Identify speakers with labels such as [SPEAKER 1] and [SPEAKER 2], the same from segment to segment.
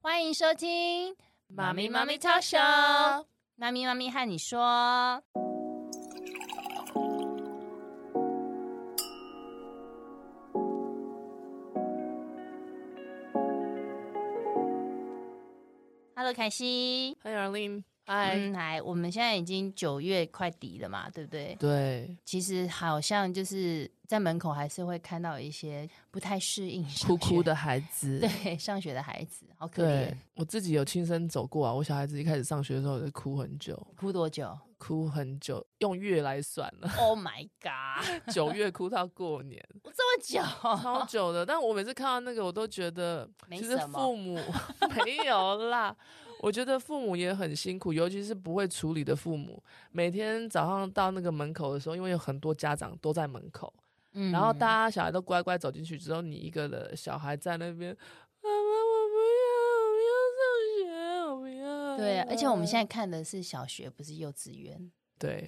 [SPEAKER 1] 欢迎收听《妈咪妈咪 talk show》，妈咪妈咪和你说。Hello，凯西。
[SPEAKER 2] 嗨，Arlene，嗨、
[SPEAKER 1] 嗯，来，我们现在已经九月快底了嘛，对不对？
[SPEAKER 2] 对，
[SPEAKER 1] 其实好像就是在门口还是会看到一些不太适应上
[SPEAKER 2] 哭哭
[SPEAKER 1] 学
[SPEAKER 2] 的孩子，
[SPEAKER 1] 对上学的孩子，好可怜
[SPEAKER 2] 对。，我自己有亲身走过啊。我小孩子一开始上学的时候，我就哭很久，
[SPEAKER 1] 哭多久
[SPEAKER 2] 哭很久，用月来算 了，
[SPEAKER 1] ？Oh my god，
[SPEAKER 2] 九月哭到过年，
[SPEAKER 1] 我这么久，
[SPEAKER 2] 超久的。但我每次看到那个，我都觉得
[SPEAKER 1] 哦没
[SPEAKER 2] 其实
[SPEAKER 1] 什么
[SPEAKER 2] 父母 没有啦。我觉得父母也很辛苦，尤其是不会处理的父母，每天早上到那个门口的时候，因为有很多家长都在门口，
[SPEAKER 1] 嗯
[SPEAKER 2] 然后大家小孩都乖乖走进去，只有你一个的小孩在那边，妈妈，我不要，我不要上学，我不要。
[SPEAKER 1] 对啊，而且我们现在看的是小学，不是幼稚 园，
[SPEAKER 2] 对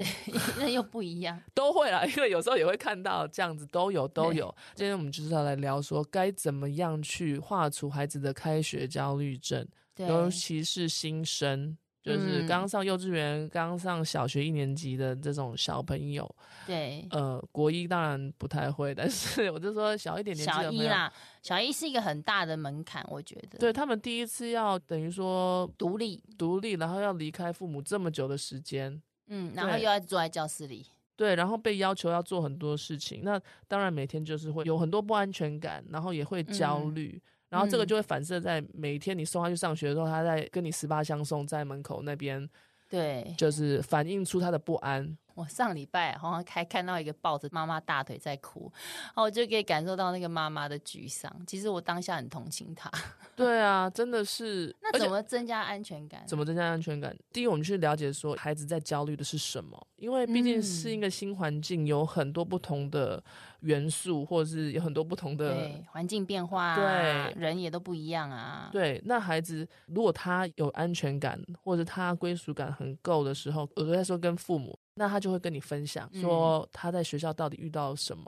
[SPEAKER 1] 那又不一样。
[SPEAKER 2] 都会啦，因为有时候也会看到这样子，都有都有。今天我们就是要来聊说，该怎么样去化除孩子的开学焦虑症，
[SPEAKER 1] 对，
[SPEAKER 2] 尤其是新生。就是
[SPEAKER 1] 嗯
[SPEAKER 2] 刚上幼稚园、刚上小学一年级的这种小朋友，
[SPEAKER 1] 对，
[SPEAKER 2] 呃，国一当然不太会，但是我就说小一点年纪
[SPEAKER 1] 小
[SPEAKER 2] 的朋
[SPEAKER 1] 一
[SPEAKER 2] 友，
[SPEAKER 1] 啦，小一是一个很大的门槛，我觉得。，
[SPEAKER 2] 对他们第一次要等于说
[SPEAKER 1] 独立，
[SPEAKER 2] 独立，然后要离开父母这么久的时间，
[SPEAKER 1] 嗯，然后又
[SPEAKER 2] 对
[SPEAKER 1] 要坐在教室里，
[SPEAKER 2] 对，然后被要求要做很多事情，那当然每天就是会有很多不安全感，然后也会焦
[SPEAKER 1] 嗯
[SPEAKER 2] 虑，然后这个就会反射在每天你送他去上学的时候，他在跟你十八相送在门口那边，
[SPEAKER 1] 对，
[SPEAKER 2] 就是反映出他的不安。
[SPEAKER 1] 我上礼拜好像还看到一个抱着妈妈大腿在哭，然后我就可以感受到那个妈妈的沮丧。其实我当下很同情她，
[SPEAKER 2] 对啊，真的是，
[SPEAKER 1] 那
[SPEAKER 2] 而且
[SPEAKER 1] 怎么增加安全感？
[SPEAKER 2] 怎么增加安全感？第一，我们去了解说孩子在焦虑的是什么，因为毕竟是
[SPEAKER 1] 嗯
[SPEAKER 2] 一个新环境，有很多不同的元素，或者是有很多不同的
[SPEAKER 1] 对，环境变化、啊，
[SPEAKER 2] 对
[SPEAKER 1] 人也都不一样啊。
[SPEAKER 2] 对，那孩子如果他有安全感，或者他归属感很够的时候，我都在说跟父母，那他就会跟你分享
[SPEAKER 1] 嗯
[SPEAKER 2] 说他在学校到底遇到什么。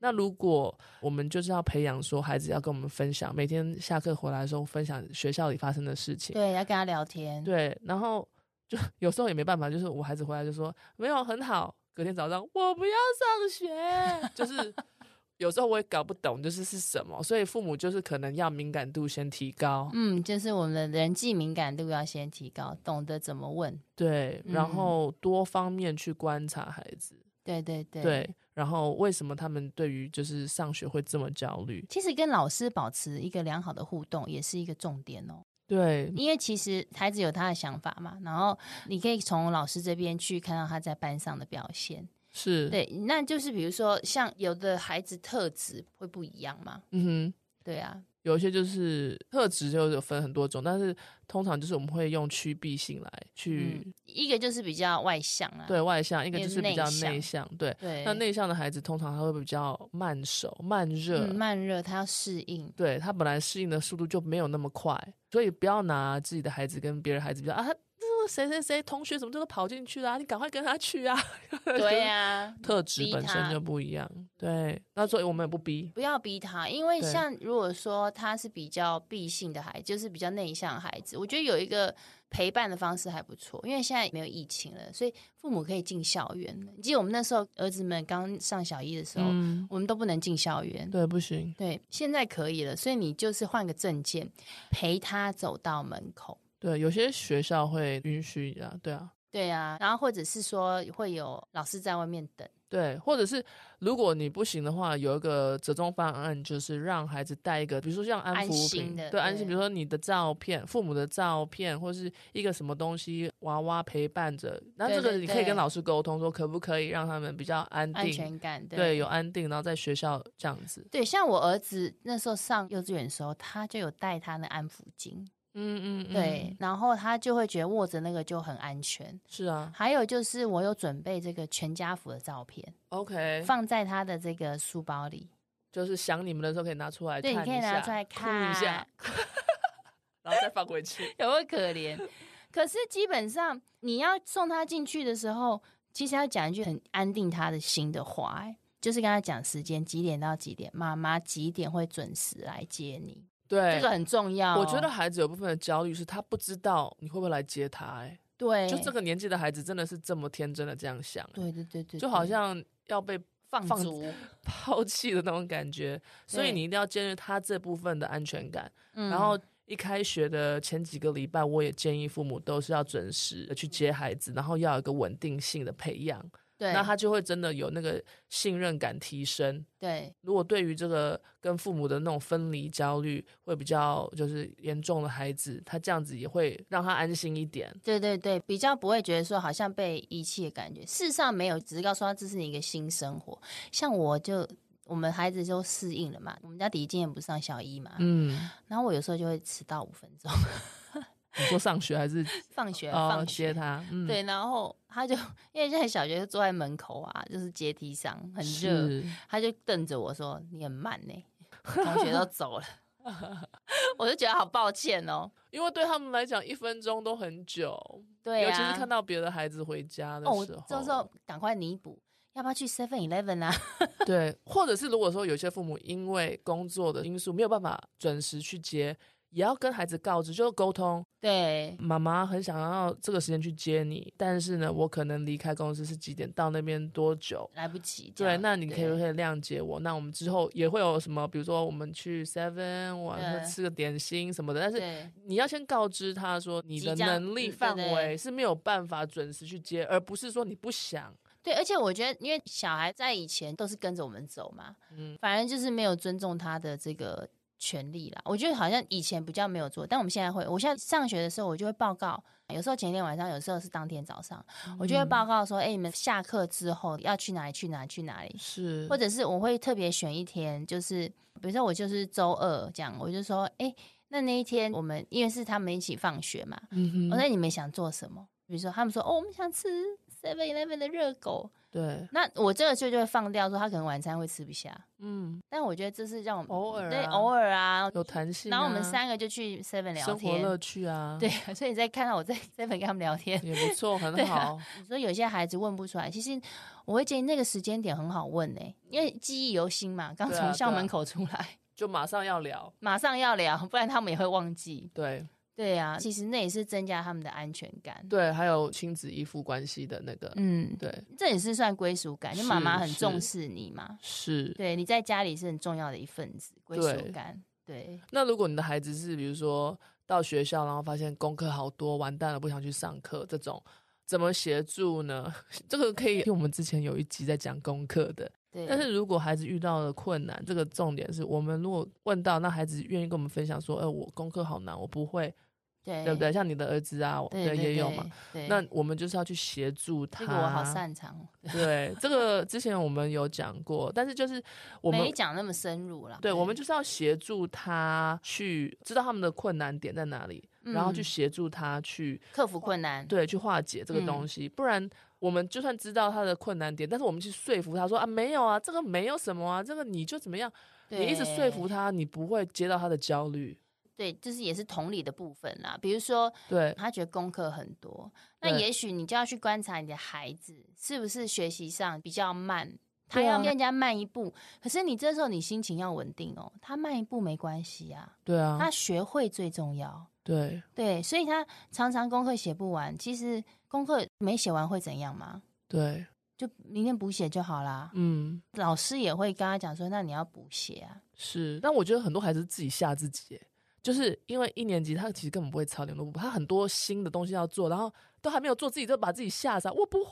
[SPEAKER 2] 那如果我们就是要培养说孩子要跟我们分享，每天下课回来的时候分享学校里发生的事情，
[SPEAKER 1] 对，要跟她聊天。
[SPEAKER 2] 对，然后就有时候也没办法，就是我孩子回来就说没有很好，隔天早上我不要上 学，就是有时候我也搞不懂，就是是什么，所以父母就是可能要敏感度先提高，
[SPEAKER 1] 嗯，就是我们的人际敏感度要先提高，懂得怎么问。
[SPEAKER 2] 对，
[SPEAKER 1] 嗯
[SPEAKER 2] 然后多方面去观察孩子，
[SPEAKER 1] 对对对。
[SPEAKER 2] 对，然后为什么他们对于就是上学会这么焦虑？
[SPEAKER 1] 其实跟老师保持一个良好的互动也是一个重点哦，
[SPEAKER 2] 对，
[SPEAKER 1] 因为其实孩子有他的想法嘛，然后你可以从老师这边去看到他在班上的表现。
[SPEAKER 2] 是，
[SPEAKER 1] 对，那就是比如说，像有的孩子特质会不一样嘛？
[SPEAKER 2] 嗯哼。
[SPEAKER 1] 对啊，
[SPEAKER 2] 有一些就是特质，就有分很多种，但是通常就是我们会用趋避性来去
[SPEAKER 1] 嗯，一个就是比较外向啊，
[SPEAKER 2] 对外向，一个
[SPEAKER 1] 也
[SPEAKER 2] 就是比较
[SPEAKER 1] 内向
[SPEAKER 2] 内向，对。
[SPEAKER 1] 对，
[SPEAKER 2] 那内向的孩子通常他会比较慢手、慢热，
[SPEAKER 1] 嗯慢热，他要适 应，
[SPEAKER 2] 对他本来适应的速度就没有那么快，所以不要拿自己的孩子跟别人孩子比较啊，他这个谁谁谁同学怎么这个跑进去啦、你赶快跟他去啊！
[SPEAKER 1] 对啊，
[SPEAKER 2] 特质本
[SPEAKER 1] 逼他
[SPEAKER 2] 身就不一样，对。那所以我们也不逼，
[SPEAKER 1] 不要逼他，因为
[SPEAKER 2] 对
[SPEAKER 1] 像如果说他是比较闭性的孩子，就是比较内向的孩子，我觉得有一个陪伴的方式还不错，因为现在没有疫情了，所以父母可以进校园了。你记得我们那时候儿子们刚上小一的时候，
[SPEAKER 2] 嗯，
[SPEAKER 1] 我们都不能进校园，
[SPEAKER 2] 对，不行，
[SPEAKER 1] 对，现在可以了，所以你就是换个证件，陪他走到门口。
[SPEAKER 2] 对，有些学校会允许啊，对啊。
[SPEAKER 1] 对啊，然后或者是说会有老师在外面等，
[SPEAKER 2] 对，或者是如果你不行的话，有一个折中方案，就是让孩子带一个，比如说像安
[SPEAKER 1] 安
[SPEAKER 2] 抚
[SPEAKER 1] 心
[SPEAKER 2] 品，
[SPEAKER 1] 的
[SPEAKER 2] 对安心，
[SPEAKER 1] 对
[SPEAKER 2] 比如说你的照片、父母的照片，或是一个什么东西娃娃陪伴着。那
[SPEAKER 1] 对
[SPEAKER 2] 这个
[SPEAKER 1] 对
[SPEAKER 2] 你可以
[SPEAKER 1] 对
[SPEAKER 2] 跟老师沟通，说可不可以让他们比较安
[SPEAKER 1] 安
[SPEAKER 2] 定，
[SPEAKER 1] 全感。对
[SPEAKER 2] 对，有安定，然后在学校这样子。
[SPEAKER 1] 对像我儿子那时候上幼稚园的时候，他就有带他的安抚巾，
[SPEAKER 2] 嗯嗯，嗯
[SPEAKER 1] 对，，然后他就会觉得握着那个就很安全。
[SPEAKER 2] 是啊
[SPEAKER 1] 还有就是我有准备这个全家福的照片，
[SPEAKER 2] ，OK，
[SPEAKER 1] 放在他的这个书包里，
[SPEAKER 2] 就是想你们的时候可以拿出来看
[SPEAKER 1] 对，
[SPEAKER 2] 一
[SPEAKER 1] 你
[SPEAKER 2] 下，
[SPEAKER 1] 可以拿出来
[SPEAKER 2] 哭
[SPEAKER 1] 看
[SPEAKER 2] 一下，然后再放回去。
[SPEAKER 1] 有没有可怜？可是基本上你要送他进去的时候，其实要讲一句很安定他的心的欸话、哎就是跟他讲时间几点到几点，妈妈几点会准时来接你。
[SPEAKER 2] 对，
[SPEAKER 1] 这个很重要哦。
[SPEAKER 2] 我觉得孩子有部分的焦虑是他不知道你会不会来接他、欸，
[SPEAKER 1] 对，
[SPEAKER 2] 就这个年纪的孩子真的是这么天真的这样想、欸
[SPEAKER 1] 对，对对对对，
[SPEAKER 2] 就好
[SPEAKER 1] 对
[SPEAKER 2] 像要被
[SPEAKER 1] 放
[SPEAKER 2] 放
[SPEAKER 1] 逐，
[SPEAKER 2] 抛弃的那种感觉，所以
[SPEAKER 1] 对
[SPEAKER 2] 你一定要建立他这部分的安全感。
[SPEAKER 1] 嗯
[SPEAKER 2] 然后一开学的前几个礼拜，我也建议父母都是要准时的去接孩子，然后要有一个稳定性的培养，
[SPEAKER 1] 对，
[SPEAKER 2] 那他就会真的有那个信任感提升。
[SPEAKER 1] 对
[SPEAKER 2] 如果对于这个跟父母的那种分离焦虑会比较就是严重的孩子，他这样子也会让他安心一点。
[SPEAKER 1] 对对对，比较不会觉得说好像被遗弃的感觉。事实上没有，只是告诉他这是你一个新生活。像我就我们孩子就适应了嘛，我们家弟弟今年不上小一嘛，
[SPEAKER 2] 嗯，
[SPEAKER 1] 然后我有时候就会迟到五分钟，
[SPEAKER 2] 你说上学还是
[SPEAKER 1] 放学、
[SPEAKER 2] 哦
[SPEAKER 1] 放
[SPEAKER 2] 接
[SPEAKER 1] 学。
[SPEAKER 2] 他？嗯，
[SPEAKER 1] 对，然后他就因为现在小学就坐在门口啊，就是阶梯上很热，
[SPEAKER 2] 是，
[SPEAKER 1] 他就瞪着我说：“你很慢 呢、同学都走了。” 我就觉得好抱歉哦。
[SPEAKER 2] 因为对他们来讲，一分钟都很久。
[SPEAKER 1] 对啊，
[SPEAKER 2] 尤其是看到别的孩子回家的
[SPEAKER 1] 哦，我
[SPEAKER 2] 时候，
[SPEAKER 1] 这时候赶快弥补，要不要去 Seven Eleven 啊？
[SPEAKER 2] 对，或者是如果说有些父母因为工作的因素没有办法准时去接，也要跟孩子告知，就是沟通，
[SPEAKER 1] 对，
[SPEAKER 2] 妈妈很想要这个时间去接你，但是呢，我可能离开公司是几点，到那边多久？
[SPEAKER 1] 来不及这
[SPEAKER 2] 对，
[SPEAKER 1] 样。
[SPEAKER 2] 那你可以
[SPEAKER 1] 对
[SPEAKER 2] 可以谅解我。那我们之后也会有什么，比如说我们去 Seven
[SPEAKER 1] 对
[SPEAKER 2] 玩，吃个点心什么的。但是
[SPEAKER 1] 对
[SPEAKER 2] 你要先告知他说，你的
[SPEAKER 1] 即将
[SPEAKER 2] 能力
[SPEAKER 1] 嗯对
[SPEAKER 2] 范
[SPEAKER 1] 对
[SPEAKER 2] 围是没有办法准时去接，而不是说你不想。
[SPEAKER 1] 对，而且我觉得，因为小孩在以前都是跟着我们走嘛，
[SPEAKER 2] 嗯
[SPEAKER 1] 反而就是没有尊重他的这个权利啦。我觉得好像以前比较没有做，但我们现在会。我现在上学的时候，我就会报告，有时候前一天晚上，有时候是当天早上，我就会
[SPEAKER 2] 嗯
[SPEAKER 1] 报告说：“哎、你们下课之后要去哪里？去哪里？去哪里？”
[SPEAKER 2] 是
[SPEAKER 1] 或者是我会特别选一天，就是比如说我就是周二这样，我就说，哎、那那一天我们因为是他们一起放学嘛，
[SPEAKER 2] 嗯
[SPEAKER 1] 我、
[SPEAKER 2] 哼，
[SPEAKER 1] 哦说你们想做什么？比如说他们说，哦，我们想吃 Seven Eleven 的热狗，
[SPEAKER 2] 对，
[SPEAKER 1] 那我这个就就会放掉，说他可能晚餐会吃不下，
[SPEAKER 2] 嗯，
[SPEAKER 1] 但我觉得这是让我们
[SPEAKER 2] 偶尔啊
[SPEAKER 1] 对偶尔啊，
[SPEAKER 2] 有弹性啊、
[SPEAKER 1] 然后我们三个就去 Seven 聊
[SPEAKER 2] 生活乐
[SPEAKER 1] 天，
[SPEAKER 2] 趣啊，
[SPEAKER 1] 对，，所以你在看到我在 Seven 跟他们聊天，
[SPEAKER 2] 也不错，很
[SPEAKER 1] 对啊
[SPEAKER 2] 好。
[SPEAKER 1] 你说有些孩子问不出来，其实我会建议那个时间点很好问呢、因为记忆犹新嘛，刚
[SPEAKER 2] 对啊
[SPEAKER 1] 从校
[SPEAKER 2] 对啊
[SPEAKER 1] 门口出来，
[SPEAKER 2] 就马上要聊，
[SPEAKER 1] 马上要聊，不然他们也会忘记。
[SPEAKER 2] 对
[SPEAKER 1] 对啊，其实那也是增加他们的安全感。，
[SPEAKER 2] 对，还有亲子依附关系的那个，
[SPEAKER 1] 嗯，
[SPEAKER 2] 对，
[SPEAKER 1] 这也是算归属感，就妈
[SPEAKER 2] 是
[SPEAKER 1] 妈很
[SPEAKER 2] 是
[SPEAKER 1] 重视你嘛，
[SPEAKER 2] 是。
[SPEAKER 1] 对，你在家里是很重要的一份子，归
[SPEAKER 2] 对
[SPEAKER 1] 属感。对，
[SPEAKER 2] 那如果你的孩子是比如说到学校，然后发现功课好多，完蛋了，不想去上课，这种怎么协助呢？ 这个可以听我们之前有一集在讲功课的。
[SPEAKER 1] 对，
[SPEAKER 2] 但是如果孩子遇到了困难，这个重点是我们如果问到，那孩子愿意跟我们分享说，呃，我功课好难，我不会，
[SPEAKER 1] 对，
[SPEAKER 2] 对不？对？像你的儿子啊，
[SPEAKER 1] 对对
[SPEAKER 2] 也有嘛。？
[SPEAKER 1] 对，
[SPEAKER 2] 那我们就是要去协助他。
[SPEAKER 1] 这个我好擅长哦，
[SPEAKER 2] 对，这个之前我们有讲过，但是就是我们
[SPEAKER 1] 没讲那么深入了。
[SPEAKER 2] 对，我们就是要协助他去知道他们的困难点在哪里，然后去
[SPEAKER 1] 嗯
[SPEAKER 2] 协助他去
[SPEAKER 1] 克服困难。
[SPEAKER 2] 对去化解这个东
[SPEAKER 1] 嗯
[SPEAKER 2] 西，不然。我们就算知道他的困难点，但是我们去说服他说啊，没有啊，这个没有什么啊，这个你就怎么样，你
[SPEAKER 1] 对，
[SPEAKER 2] 一直说服他，你不会接到他的焦虑。
[SPEAKER 1] 对，就是也是同理的部分啦。比如说，
[SPEAKER 2] 对，
[SPEAKER 1] 他觉得功课很多，那
[SPEAKER 2] 对
[SPEAKER 1] 也许你就要去观察你的孩子是不是学习上比较慢，他
[SPEAKER 2] 对啊
[SPEAKER 1] 要跟人家慢一步。可是你这时候你心情要稳定哦，他慢一步没关系啊，
[SPEAKER 2] 对啊
[SPEAKER 1] 他，学会最重要。
[SPEAKER 2] 对，
[SPEAKER 1] 对，所以他常常功课写不完，其实功课没写完会怎样吗？
[SPEAKER 2] 对，
[SPEAKER 1] 就明天补写就好啦。
[SPEAKER 2] 嗯，
[SPEAKER 1] 老师也会跟他讲说，那你要补写啊。
[SPEAKER 2] 是。但我觉得很多孩子自己吓自己耶，就是因为一年级他其实根本不会操联络簿，他很多新的东西要做，然后都还没有做，自己就把自己吓傻，我不会，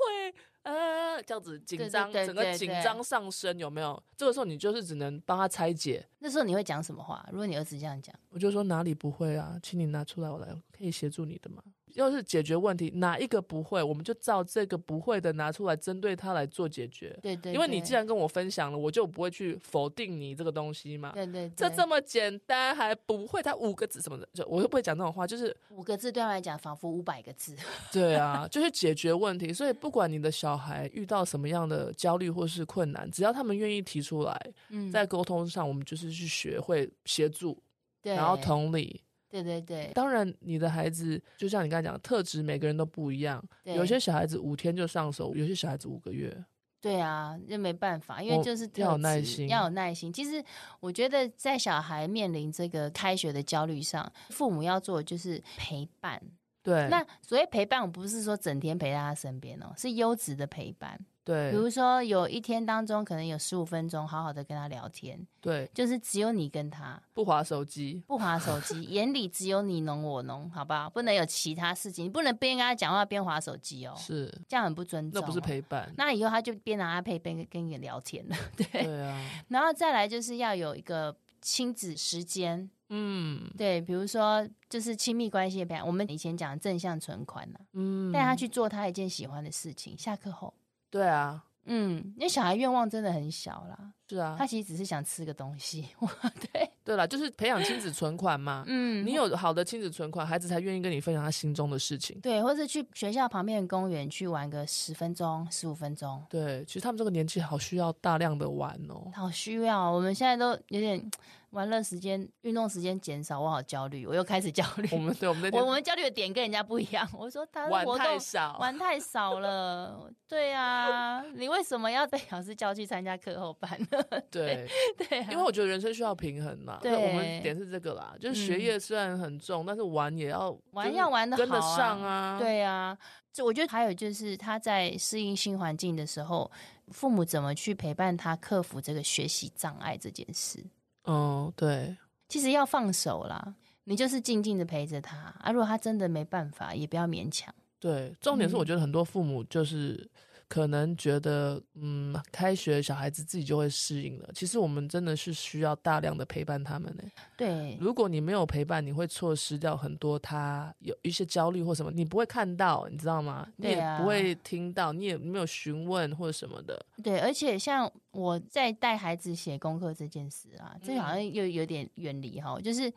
[SPEAKER 2] 呃，这样子紧
[SPEAKER 1] 对
[SPEAKER 2] 张，
[SPEAKER 1] 对
[SPEAKER 2] 整个
[SPEAKER 1] 对
[SPEAKER 2] 紧
[SPEAKER 1] 对
[SPEAKER 2] 张上升，有没有？这个时候你就是只能帮他拆解。
[SPEAKER 1] 那时候你会讲什么话？如果你儿子这样讲，
[SPEAKER 2] 我就说哪里不会啊，请你拿出来，我来可以协助你的嘛。要是解决问题哪一个不会，我们就照这个不会的拿出来，针对他来做解决。
[SPEAKER 1] 对对
[SPEAKER 2] 因为你
[SPEAKER 1] 对
[SPEAKER 2] 既然跟我分享了，我就不会去否定你这个东西嘛。
[SPEAKER 1] 对对
[SPEAKER 2] 这
[SPEAKER 1] 对
[SPEAKER 2] 这么简单，还不会？他五个字什么的，就我又不会讲这种话，就是
[SPEAKER 1] 五个字对他来讲仿佛五百个 字。
[SPEAKER 2] 对啊，就是解决问题。所以不管你的小孩遇到什么样的焦虑或是困难，只要他们愿意提出来，
[SPEAKER 1] 嗯，
[SPEAKER 2] 在沟通上，我们就是去学会协助，
[SPEAKER 1] 对，
[SPEAKER 2] 然后同理。
[SPEAKER 1] 对对对，
[SPEAKER 2] 当然，你的孩子就像你刚才讲，特质每个人都不一样，
[SPEAKER 1] 对
[SPEAKER 2] 有些小孩子五天就上手，有些小孩子五个月。
[SPEAKER 1] 对啊，那没办法，因为
[SPEAKER 2] 我
[SPEAKER 1] 就是
[SPEAKER 2] 哦要有
[SPEAKER 1] 特
[SPEAKER 2] 耐
[SPEAKER 1] 质
[SPEAKER 2] 心
[SPEAKER 1] 要有耐心。其实我觉得，在小孩面临这个开学的焦虑上，父母要做的就是陪伴。
[SPEAKER 2] 对，
[SPEAKER 1] 那所谓陪伴，我不是说整天陪在他身边哦，是优质的陪伴。比
[SPEAKER 2] 对
[SPEAKER 1] 如说，有一天当中可能有十五分钟，好好的跟他聊天，
[SPEAKER 2] 对，
[SPEAKER 1] 就是只有你跟他，
[SPEAKER 2] 不划手机，
[SPEAKER 1] 不划手 机，眼里只有你侬我侬，好不好？不能有其他事情，你不能边跟他讲话边划手机哦，
[SPEAKER 2] 是
[SPEAKER 1] 这样很不尊重、哦
[SPEAKER 2] 那不是。陪伴，
[SPEAKER 1] 那以后他就边拿 iPad 边跟你聊天了， 对。
[SPEAKER 2] 对啊，
[SPEAKER 1] 然后再来就是要有一个亲子时间，
[SPEAKER 2] 嗯
[SPEAKER 1] 对，比如说就是亲密关系的培养，我们以前讲正向存款啊呐、
[SPEAKER 2] 嗯，
[SPEAKER 1] 带他去做他一件喜欢的事情，下课后。
[SPEAKER 2] 对啊，
[SPEAKER 1] 嗯，因为小孩愿望真的很小啦，
[SPEAKER 2] 是啊
[SPEAKER 1] 他，其实只是想吃个东西。 哇，对，
[SPEAKER 2] 对啦，就是培养亲子存款嘛。
[SPEAKER 1] 嗯，
[SPEAKER 2] 你有好的亲子存款，孩子才愿意跟你分享他心中的事情。
[SPEAKER 1] 对，或者去学校旁边的公园去玩个十分钟、十五分钟，
[SPEAKER 2] 对，其实他们这个年纪好需要大量的玩 哦。
[SPEAKER 1] 好需要哦。我们现在都有点玩乐时间、运动时间减少，我好焦虑，我又开始焦虑。
[SPEAKER 2] 我们对我们那
[SPEAKER 1] 我
[SPEAKER 2] 天
[SPEAKER 1] 我们焦虑的点跟人家不一样。我说他的
[SPEAKER 2] 玩
[SPEAKER 1] 活
[SPEAKER 2] 太
[SPEAKER 1] 动
[SPEAKER 2] 少，
[SPEAKER 1] 玩太少了，对啊，你为什么要被 老师叫去参加课后班呢？
[SPEAKER 2] 对，
[SPEAKER 1] 对、啊，
[SPEAKER 2] 因为我觉得人生需要平衡嘛。
[SPEAKER 1] 对嗯
[SPEAKER 2] 那我们点是这个啦，就是学业虽然很重，但是玩也要
[SPEAKER 1] 玩
[SPEAKER 2] 就是
[SPEAKER 1] 要玩得
[SPEAKER 2] 跟得
[SPEAKER 1] 好啊
[SPEAKER 2] 上啊。，
[SPEAKER 1] 对啊，这我觉得还有就是他在适应新环境的时候，父母怎么去陪伴他克服这个学习障碍这件事，
[SPEAKER 2] 嗯，对，
[SPEAKER 1] 其实要放手啦。你就是静静的陪着他啊，如果他真的没办法，也不要勉强。
[SPEAKER 2] 对，重点是我
[SPEAKER 1] 嗯
[SPEAKER 2] 觉得很多父母就是可能觉得，嗯，开学小孩子自己就会适应了。其实我们真的是需要大量的陪伴他们呢、欸
[SPEAKER 1] 对，
[SPEAKER 2] 如果你没有陪伴，你会错失掉很多他有一些焦虑或什么，你不会看到，你知道吗？你
[SPEAKER 1] 对
[SPEAKER 2] 也
[SPEAKER 1] 啊
[SPEAKER 2] 不会听到，你也没有询问或者什么的。
[SPEAKER 1] 对，而且像我在带孩子写功课这件事啊，这
[SPEAKER 2] 嗯
[SPEAKER 1] 好像又有点远离哈，就是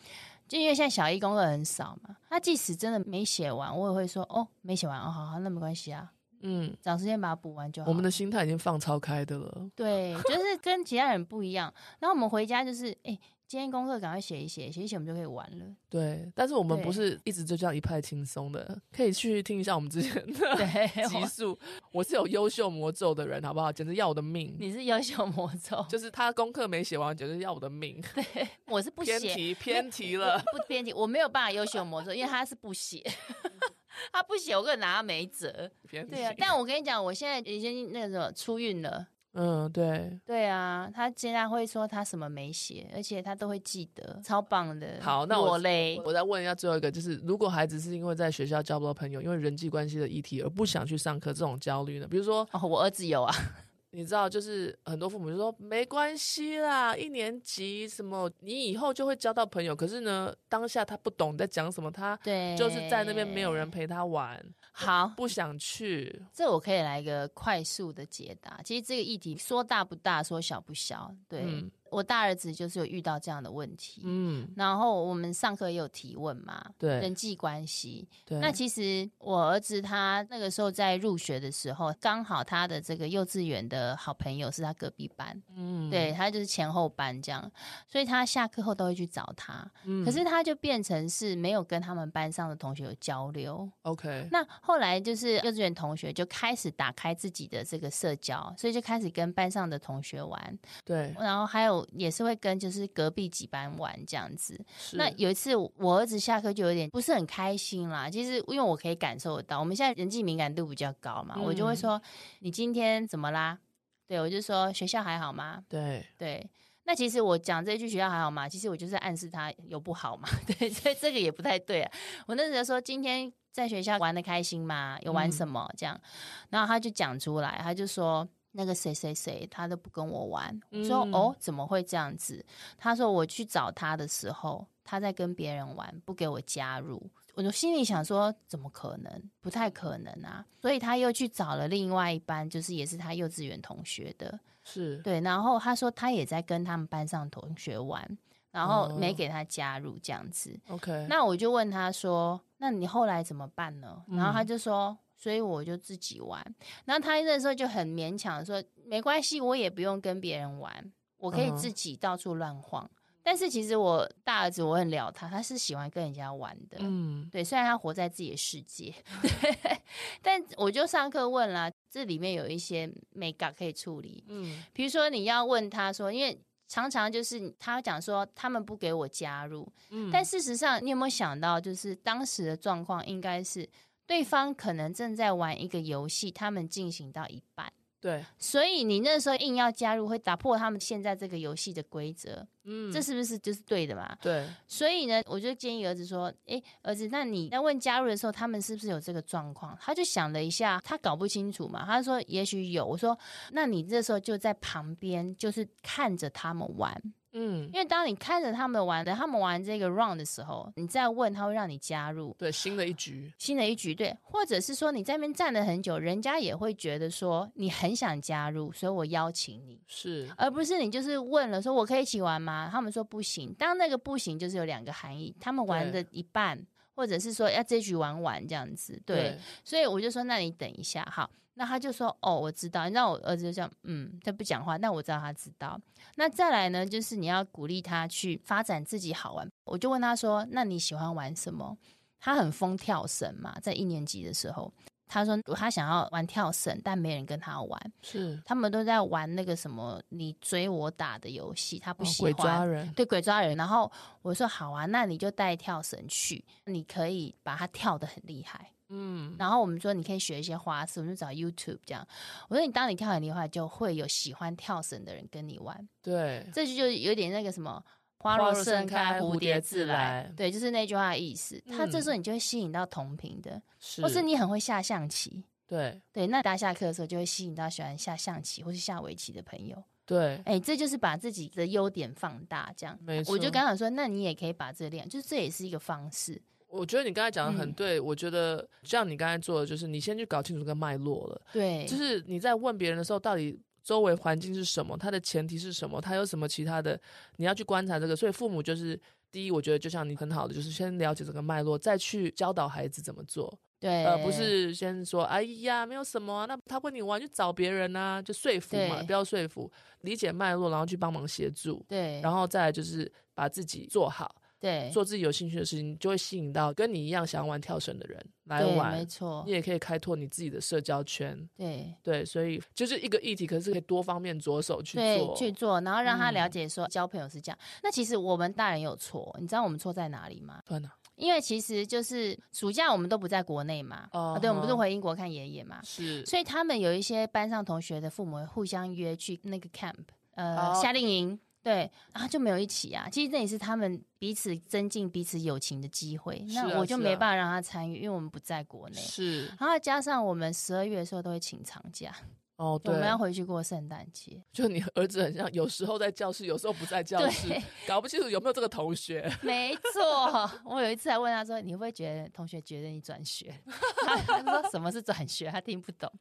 [SPEAKER 1] 就因为现在小一功课很少嘛，他即使真的没写完，我也会说哦，没写完哦，好好，那没关系啊，
[SPEAKER 2] 嗯，
[SPEAKER 1] 找时间把它补完就好。
[SPEAKER 2] 我们的心态已经放超开的了。
[SPEAKER 1] 对， 就是跟其他人不一样。然后我们回家就是，哎、今天功课赶快写一写，写一写我们就可以玩了。
[SPEAKER 2] 对，但是我们
[SPEAKER 1] 对
[SPEAKER 2] 不是一直就这样一派轻松的，可以去听一下我们之前的
[SPEAKER 1] 对，哦
[SPEAKER 2] 集
[SPEAKER 1] 我
[SPEAKER 2] 数。我是有优秀魔咒的人，好不好？简直要我的命！
[SPEAKER 1] 你是优秀魔咒，
[SPEAKER 2] 就是他功课没写完，简直要我的命。
[SPEAKER 1] 我是不
[SPEAKER 2] 偏
[SPEAKER 1] 写，
[SPEAKER 2] 题偏 题了。
[SPEAKER 1] 不编辑，我没有办法优秀魔咒，因为他是不写。 他不写，我根本拿他没辙。
[SPEAKER 2] 偏题
[SPEAKER 1] 对啊，但我跟你讲，我现在已经那个什么出运了。
[SPEAKER 2] 嗯，对。
[SPEAKER 1] 对啊，他现在会说他什么没写，而且他都会记得，超棒的。
[SPEAKER 2] 好那我
[SPEAKER 1] 落泪。
[SPEAKER 2] 我再问一下最后一个，就是如果孩子是因为在学校交不到朋友，因为人际关系的议题而不想去上课，这种焦虑呢？比如说，
[SPEAKER 1] 哦，我儿子有啊，
[SPEAKER 2] 你知道，就是很多父母就说没关系啦，一年级什么，你以后就会交到朋友。可是呢，当下他不懂你在讲什么，他
[SPEAKER 1] 对，
[SPEAKER 2] 就是在那边没有
[SPEAKER 1] 哎
[SPEAKER 2] 人陪他玩，
[SPEAKER 1] 好，
[SPEAKER 2] 不想去。
[SPEAKER 1] 这我可以来一个快速的解答。其实这个议题说大不大，说小不小。对、
[SPEAKER 2] 嗯
[SPEAKER 1] 我大儿子就是有遇到这样的问题，
[SPEAKER 2] 嗯，
[SPEAKER 1] 然后我们上课也有提问嘛，
[SPEAKER 2] 对
[SPEAKER 1] 人际关系。
[SPEAKER 2] 对，
[SPEAKER 1] 那其实我儿子他那个时候在入学的时候，刚好他的这个幼稚园的好朋友是他隔壁班，
[SPEAKER 2] 嗯
[SPEAKER 1] 对他就是前后班这样，所以他下课后都会去找他。
[SPEAKER 2] 嗯
[SPEAKER 1] 可是他就变成是没有跟他们班上的同学有交流，
[SPEAKER 2] OK，
[SPEAKER 1] 那后来就是幼稚园同学就开始打开自己的这个社交，所以就开始跟班上的同学玩，
[SPEAKER 2] 对，
[SPEAKER 1] 然后还有也是会跟就是隔壁几班玩这样子。
[SPEAKER 2] 是
[SPEAKER 1] 那有一次我儿子下课就有点不是很开心啦，其实因为我可以感受得到，我们现在人际敏感度比较高嘛，我就会
[SPEAKER 2] 嗯
[SPEAKER 1] 说你今天怎么啦？对我就说学校还好吗？
[SPEAKER 2] 对
[SPEAKER 1] 对。那其实我讲这句学校还好嘛，其实我就是暗示他有不好嘛， 对，所以这个也不太对啊。我那时候说今天在学校玩的开心吗？有玩什么、这样，然后他就讲出来，他就说那个谁谁谁他都不跟我玩，我说、
[SPEAKER 2] 嗯
[SPEAKER 1] 哦怎么会这样子？他说我去找他的时候，他在跟别人玩，不给我加入。我就心里想说，怎么可能？不太可能啊！所以他又去找了另外一班，就是也是他幼稚园同学的，
[SPEAKER 2] 是，
[SPEAKER 1] 对，然后他说他也在跟他们班上同学玩，然后没
[SPEAKER 2] 哦
[SPEAKER 1] 给他加入这样子。
[SPEAKER 2] OK，
[SPEAKER 1] 那我就问他说：“那你后来怎么办呢？”然后他
[SPEAKER 2] 嗯
[SPEAKER 1] 就说。所以我就自己玩，然后他那时候就很勉强地说没关系，我也不用跟别人玩，我可以
[SPEAKER 2] 嗯哼
[SPEAKER 1] 自己到处乱晃。但是其实我大儿子我很聊他，他是喜欢跟人家玩的，
[SPEAKER 2] 嗯，
[SPEAKER 1] 对，虽然他活在自己的世界， 对，但我就上课问啦，这里面有一些美感可以处理，
[SPEAKER 2] 嗯，
[SPEAKER 1] 比如说你要问他说，因为常常就是他讲说他们不给我加入，
[SPEAKER 2] 嗯
[SPEAKER 1] 但事实上你有没有想到，就是当时的状况应该是对方可能正在玩一个游戏，他们进行到一半。
[SPEAKER 2] 对，
[SPEAKER 1] 所以你那时候硬要加入，会打破他们现在这个游戏的规则，
[SPEAKER 2] 嗯，
[SPEAKER 1] 这是不是就是对的嘛？
[SPEAKER 2] 对，
[SPEAKER 1] 所以呢，我就建议儿子说：“诶，儿子，那你在问加入的时候，他们是不是有这个状况？”他就想了一下，他搞不清楚嘛，他说：“也许有。”我说：“那你这时候就在旁边，就是看着他们玩，
[SPEAKER 2] 嗯，
[SPEAKER 1] 因为当你看着他们玩，等他们玩这个 round 的时候，你再问，他会让你加入。”
[SPEAKER 2] 对，新的一局，
[SPEAKER 1] 新的一局对，或者是说你在那边站了很久，人家也会觉得说你很想加入，所以我邀请你，
[SPEAKER 2] 是，
[SPEAKER 1] 而不是你就是问了说我可以一起玩吗？他们说不行，当那个不行就是有两个含义，他们玩
[SPEAKER 2] 对
[SPEAKER 1] 的一半，或者是说要这局玩完这样子，对，
[SPEAKER 2] 对，
[SPEAKER 1] 所以我就说那你等一下，好。那他就说：“哦，我知道。”那我儿子就这样，嗯，他不讲话。那我知道他知道。那再来呢，就是你要鼓励他去发展自己好玩。我就问他说：“那你喜欢玩什么？”他很疯跳绳嘛，在一年级的时候，他说他想要玩跳绳，但没人跟他玩，
[SPEAKER 2] 是，
[SPEAKER 1] 他们都在玩那个什么你追我打的游戏，他不
[SPEAKER 2] 哦
[SPEAKER 1] 喜
[SPEAKER 2] 鬼
[SPEAKER 1] 欢。
[SPEAKER 2] 抓人，
[SPEAKER 1] 对鬼抓人，然后我说好啊，那你就带跳绳去，你可以把它跳得很厉害。
[SPEAKER 2] 嗯，
[SPEAKER 1] 然后我们说你可以学一些花式，我们就找 YouTube 这样。我说你当你跳很厉害，就会有喜欢跳绳的人跟你玩，
[SPEAKER 2] 对，
[SPEAKER 1] 这就就有点那个什么。花
[SPEAKER 2] 嗯若
[SPEAKER 1] 若盛
[SPEAKER 2] 盛
[SPEAKER 1] 开，
[SPEAKER 2] 开
[SPEAKER 1] 蝴
[SPEAKER 2] 蝴
[SPEAKER 1] 蝶
[SPEAKER 2] 蝶
[SPEAKER 1] 自
[SPEAKER 2] 自
[SPEAKER 1] 来
[SPEAKER 2] 来。
[SPEAKER 1] 对，就是那句话的意思。他这
[SPEAKER 2] 嗯
[SPEAKER 1] 时候你就会吸引到同频的，
[SPEAKER 2] 是，
[SPEAKER 1] 或是你很会下象棋。
[SPEAKER 2] 对，
[SPEAKER 1] 对，那大家下课的时候就会吸引到喜欢下象棋或是下围棋的朋友。
[SPEAKER 2] 对，
[SPEAKER 1] 哎，这就是把自己的优点放大，这样。
[SPEAKER 2] 没错。
[SPEAKER 1] 我就刚想说，那你也可以把这个练，就是这也是一个方式。
[SPEAKER 2] 我觉得你刚才讲的很
[SPEAKER 1] 嗯
[SPEAKER 2] 对，我觉得像你刚才做的，就是你先去搞清楚这个脉络了，
[SPEAKER 1] 对，
[SPEAKER 2] 就是你在问别人的时候，到底周围环境是什么，它的前提是什么，它有什么其他的，你要去观察这个。所以父母就是第一，我觉得就像你很好的，就是先了解这个脉络，再去教导孩子怎么做，
[SPEAKER 1] 对，
[SPEAKER 2] 而、呃不是先说哎呀没有什么啊，那他问你玩就找别人啊，就说服嘛，
[SPEAKER 1] 对
[SPEAKER 2] 不要说服，理解脉络，然后去帮忙协助，
[SPEAKER 1] 对，
[SPEAKER 2] 然后再来就是把自己做好。
[SPEAKER 1] 对
[SPEAKER 2] 做自己有兴趣的事情，就会吸引到跟你一样想要玩跳绳的人来
[SPEAKER 1] 对，没
[SPEAKER 2] 玩。
[SPEAKER 1] 错
[SPEAKER 2] 你，也可以开拓你自己的社交圈，
[SPEAKER 1] 对
[SPEAKER 2] 对，所以就是一个议题，可是可以多方面着手去
[SPEAKER 1] 对
[SPEAKER 2] 做。
[SPEAKER 1] 去做，然后让他了
[SPEAKER 2] 嗯
[SPEAKER 1] 解说交朋友是这样。那其实我们大人有错，你知道我们错在哪里吗？
[SPEAKER 2] 天哪，
[SPEAKER 1] 因为其实就是暑假我们都不在国内嘛，啊对，我们不是
[SPEAKER 2] 嗯哼
[SPEAKER 1] 回英国看爷爷嘛，
[SPEAKER 2] 是
[SPEAKER 1] 所以他们有一些班上同学的父母会互相约去那个 camp，呃，
[SPEAKER 2] 哦
[SPEAKER 1] 夏令营。对，然后就没有一起啊。其实那也是他们彼此增进彼此友情的机会。
[SPEAKER 2] 是
[SPEAKER 1] 那
[SPEAKER 2] 啊
[SPEAKER 1] 我就是没
[SPEAKER 2] 啊
[SPEAKER 1] 办法让他参与，因为我们不在国内。
[SPEAKER 2] 是
[SPEAKER 1] 然后加上我们十二月的时候都会请长假，
[SPEAKER 2] 哦，
[SPEAKER 1] 我
[SPEAKER 2] 对
[SPEAKER 1] 们，要回去过圣诞 节。
[SPEAKER 2] 就你儿子很像，有时候在教室，有时候不在教室，
[SPEAKER 1] 对，哎
[SPEAKER 2] 搞不清楚有没有这个同学。
[SPEAKER 1] 没错。我有一次还问他说：“你会不会觉得同学觉得你转学？” 他他说什么是转学，他听不懂，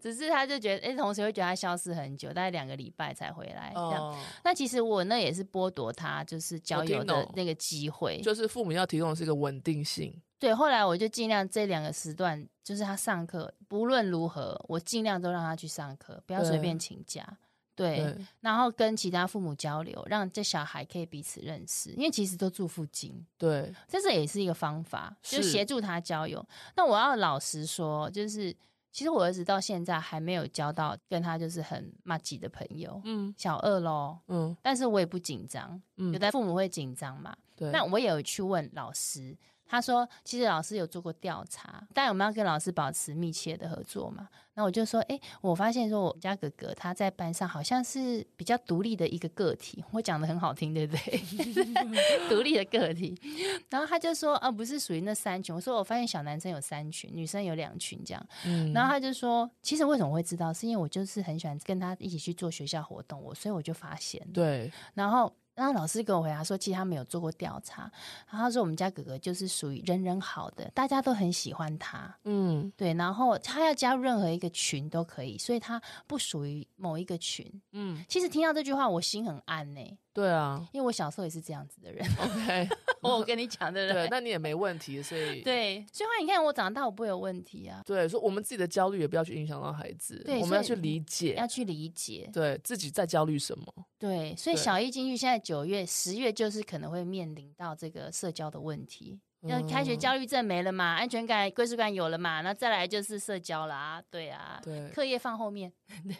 [SPEAKER 1] 只是他就觉得，哎、同学会觉得他消失很久，大概两个礼拜才回来。这样，
[SPEAKER 2] 哦，
[SPEAKER 1] 那其实我那也是剥夺他就是交友
[SPEAKER 2] 我听
[SPEAKER 1] 的
[SPEAKER 2] 懂
[SPEAKER 1] 那个机会。
[SPEAKER 2] 就是父母要提供的是一个稳定性，
[SPEAKER 1] 对，后来我就尽量这两个时段，就是他上课，不论如何，我尽量都让他去上课，不要随
[SPEAKER 2] 对
[SPEAKER 1] 便请假。对
[SPEAKER 2] 对，
[SPEAKER 1] 然后跟其他父母交流，让这小孩可以彼此认识，因为其实都住附近，
[SPEAKER 2] 对，
[SPEAKER 1] 这是也是一个方法，就是协助他交友。那我要老实说，就是其实我儿子到现在还没有交到跟他就是很骂吉的朋友，
[SPEAKER 2] 嗯
[SPEAKER 1] 小二咯，
[SPEAKER 2] 嗯
[SPEAKER 1] 但是我也不紧张，有
[SPEAKER 2] 嗯，
[SPEAKER 1] 的父母会紧张嘛，
[SPEAKER 2] 对，
[SPEAKER 1] 那我也有去问老师，他说其实老师有做过调查，但我们要跟老师保持密切的合作嘛。那我就说，诶，我发现说我们家哥哥他在班上好像是比较独立的一个个体，我讲的很好听，对不对？ 独立的个体。然后他就说，啊，不是属于那三群。我说我发现小男生有三群，女生有两群这样。
[SPEAKER 2] 嗯
[SPEAKER 1] 然后他就说，其实为什么会知道，是因为我就是很喜欢跟他一起去做学校活动，我所以我就发现。
[SPEAKER 2] 对
[SPEAKER 1] 然后，然后老师给我回答说，其实他们有做过调查，然后他说我们家哥哥就是属于人人好的，大家都很喜欢他，
[SPEAKER 2] 嗯
[SPEAKER 1] 对，然后他要加入任何一个群都可以，所以他不属于某一个群。
[SPEAKER 2] 嗯
[SPEAKER 1] 其实听到这句话，我心很安呢、欸
[SPEAKER 2] 对啊
[SPEAKER 1] 因为我小时候也是这样子的 人，
[SPEAKER 2] ，OK，
[SPEAKER 1] 我跟你讲 对不
[SPEAKER 2] 对，
[SPEAKER 1] 对？
[SPEAKER 2] 那你也没问题，所以
[SPEAKER 1] 对，所以话你看我长大我不会有问题啊，
[SPEAKER 2] 对，说我们自己的焦虑也不要去影响到孩子，
[SPEAKER 1] 对
[SPEAKER 2] 我们要
[SPEAKER 1] 所
[SPEAKER 2] 去
[SPEAKER 1] 以
[SPEAKER 2] 理解
[SPEAKER 1] 要，去理解。
[SPEAKER 2] 对自己在焦虑什么，
[SPEAKER 1] 对，所以
[SPEAKER 2] 对
[SPEAKER 1] 小一进去，现在九月、十月就是可能会面临到这个社交的问题。那开学
[SPEAKER 2] 嗯
[SPEAKER 1] 焦虑症没了嘛，安全感、归属感有了嘛，那再来就是社交啦，对啊，
[SPEAKER 2] 嗯对
[SPEAKER 1] 课业放后面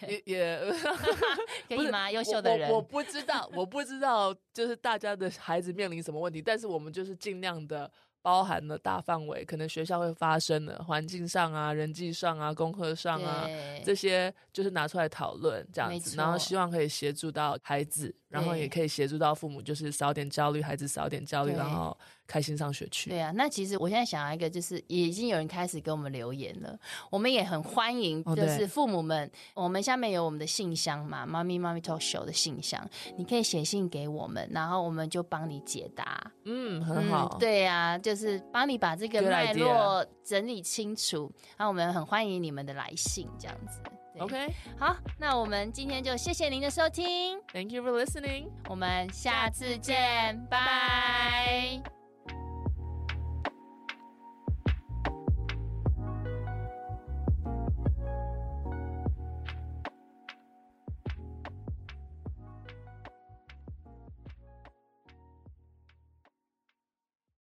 [SPEAKER 2] 也也
[SPEAKER 1] 可
[SPEAKER 2] 不
[SPEAKER 1] 以
[SPEAKER 2] 是
[SPEAKER 1] 吗？优
[SPEAKER 2] 我
[SPEAKER 1] 秀的人
[SPEAKER 2] 我，我不知道，我不知道，就是大家的孩子面临什么问题，但是我们就是尽量的包含了大范围，可能学校会发生的环境上啊、人际上啊、功课上啊。
[SPEAKER 1] 对
[SPEAKER 2] 这些就是拿出来讨论这样
[SPEAKER 1] 没
[SPEAKER 2] 子，然后
[SPEAKER 1] 错
[SPEAKER 2] 希望可以协助到孩子，然后也
[SPEAKER 1] 对
[SPEAKER 2] 可以协助到父母，就是少点焦虑，孩子少点焦虑，
[SPEAKER 1] 对
[SPEAKER 2] 然后开心上学去。
[SPEAKER 1] 对啊，那其实我现在想要一个，就是已经有人开始给我们留言了，我们也很欢迎，
[SPEAKER 2] 哦
[SPEAKER 1] 就
[SPEAKER 2] 对
[SPEAKER 1] 是父母们，我们下面有我们的信箱嘛，妈咪妈咪 talk show 的信箱，你可以写信给我们，然后我们就帮你解答，
[SPEAKER 2] 嗯，很好。
[SPEAKER 1] 嗯，对啊，就是帮你把这个
[SPEAKER 2] Good
[SPEAKER 1] 脉
[SPEAKER 2] idea
[SPEAKER 1] 络整理清楚，然后我们很欢迎你们的来信，这样子。对
[SPEAKER 2] OK，Thank、
[SPEAKER 1] 好，那我们今天就谢谢您的收听，
[SPEAKER 2] you for listening。
[SPEAKER 1] 我们下次见，拜拜